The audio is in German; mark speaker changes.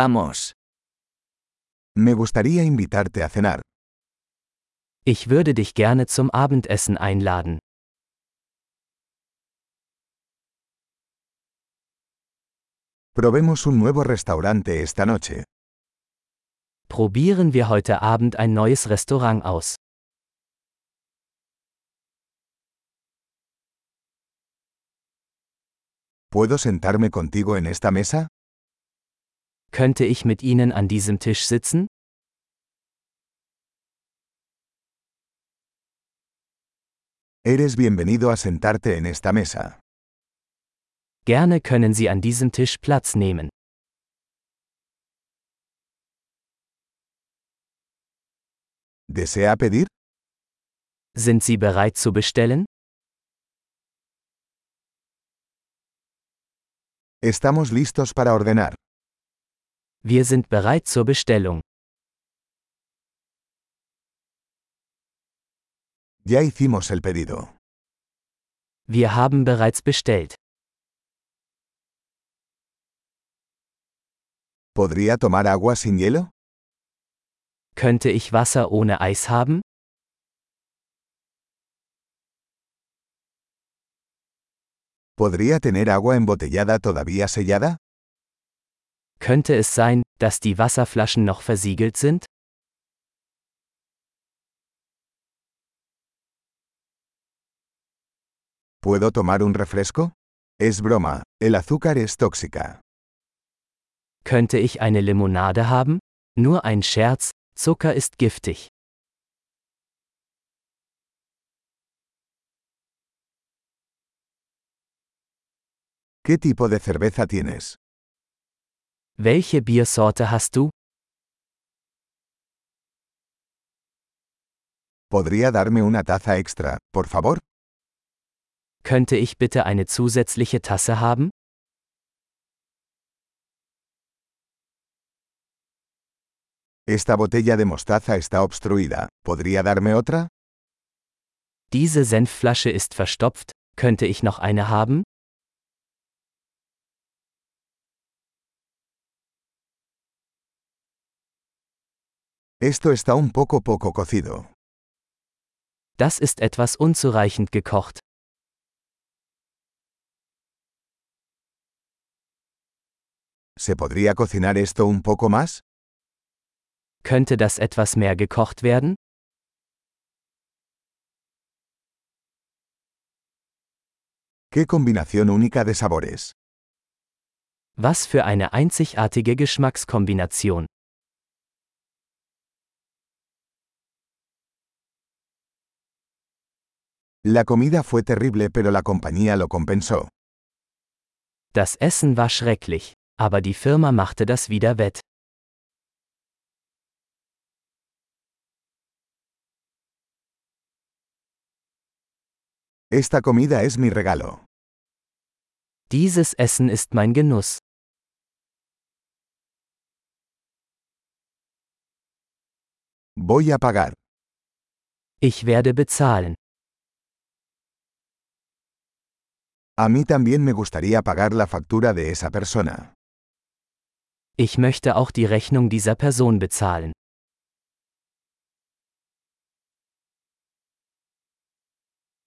Speaker 1: Vamos.
Speaker 2: Me gustaría invitarte a cenar.
Speaker 1: Ich würde dich gerne zum Abendessen einladen.
Speaker 2: Probemos un nuevo restaurante esta noche.
Speaker 1: Probieren wir heute Abend ein neues Restaurant aus.
Speaker 2: ¿Puedo sentarme contigo en esta mesa?
Speaker 1: Könnte ich mit Ihnen an diesem Tisch sitzen?
Speaker 2: Eres bienvenido a sentarte en esta mesa.
Speaker 1: Gerne können Sie an diesem Tisch Platz nehmen.
Speaker 2: ¿Desea pedir?
Speaker 1: Sind Sie bereit zu bestellen?
Speaker 2: Estamos listos para ordenar.
Speaker 1: Wir sind bereit zur Bestellung.
Speaker 2: Ya hicimos el pedido.
Speaker 1: Wir haben bereits bestellt.
Speaker 2: ¿Podría tomar agua sin hielo?
Speaker 1: Könnte ich Wasser ohne Eis haben?
Speaker 2: ¿Podría tener agua embotellada todavía sellada?
Speaker 1: Könnte es sein, dass die Wasserflaschen noch versiegelt sind?
Speaker 2: ¿Puedo tomar un refresco? Es broma, el azúcar es tóxica.
Speaker 1: Könnte ich eine Limonade haben? Nur ein Scherz, Zucker ist giftig.
Speaker 2: ¿Qué tipo de cerveza tienes?
Speaker 1: Welche Biersorte hast du?
Speaker 2: ¿Podría darme una taza extra, por favor?
Speaker 1: Könnte ich bitte eine zusätzliche Tasse haben?
Speaker 2: Esta botella de mostaza está obstruida. ¿Podría darme otra?
Speaker 1: Diese Senfflasche ist verstopft, könnte ich noch eine haben?
Speaker 2: Esto está un poco poco cocido.
Speaker 1: Das ist etwas unzureichend gekocht.
Speaker 2: ¿Se podría cocinar esto un poco más?
Speaker 1: Könnte das etwas mehr gekocht werden?
Speaker 2: ¡Qué combinación única de sabores!
Speaker 1: Was für eine einzigartige Geschmackskombination.
Speaker 2: La comida fue terrible pero la compañía lo compensó.
Speaker 1: Das Essen war schrecklich, aber die Firma machte das wieder wett.
Speaker 2: Esta comida es mi regalo.
Speaker 1: Dieses Essen ist mein Genuss.
Speaker 2: Voy a pagar.
Speaker 1: Ich werde bezahlen.
Speaker 2: A mí también me gustaría pagar la factura de esa persona.
Speaker 1: Ich möchte auch die Rechnung dieser Person bezahlen.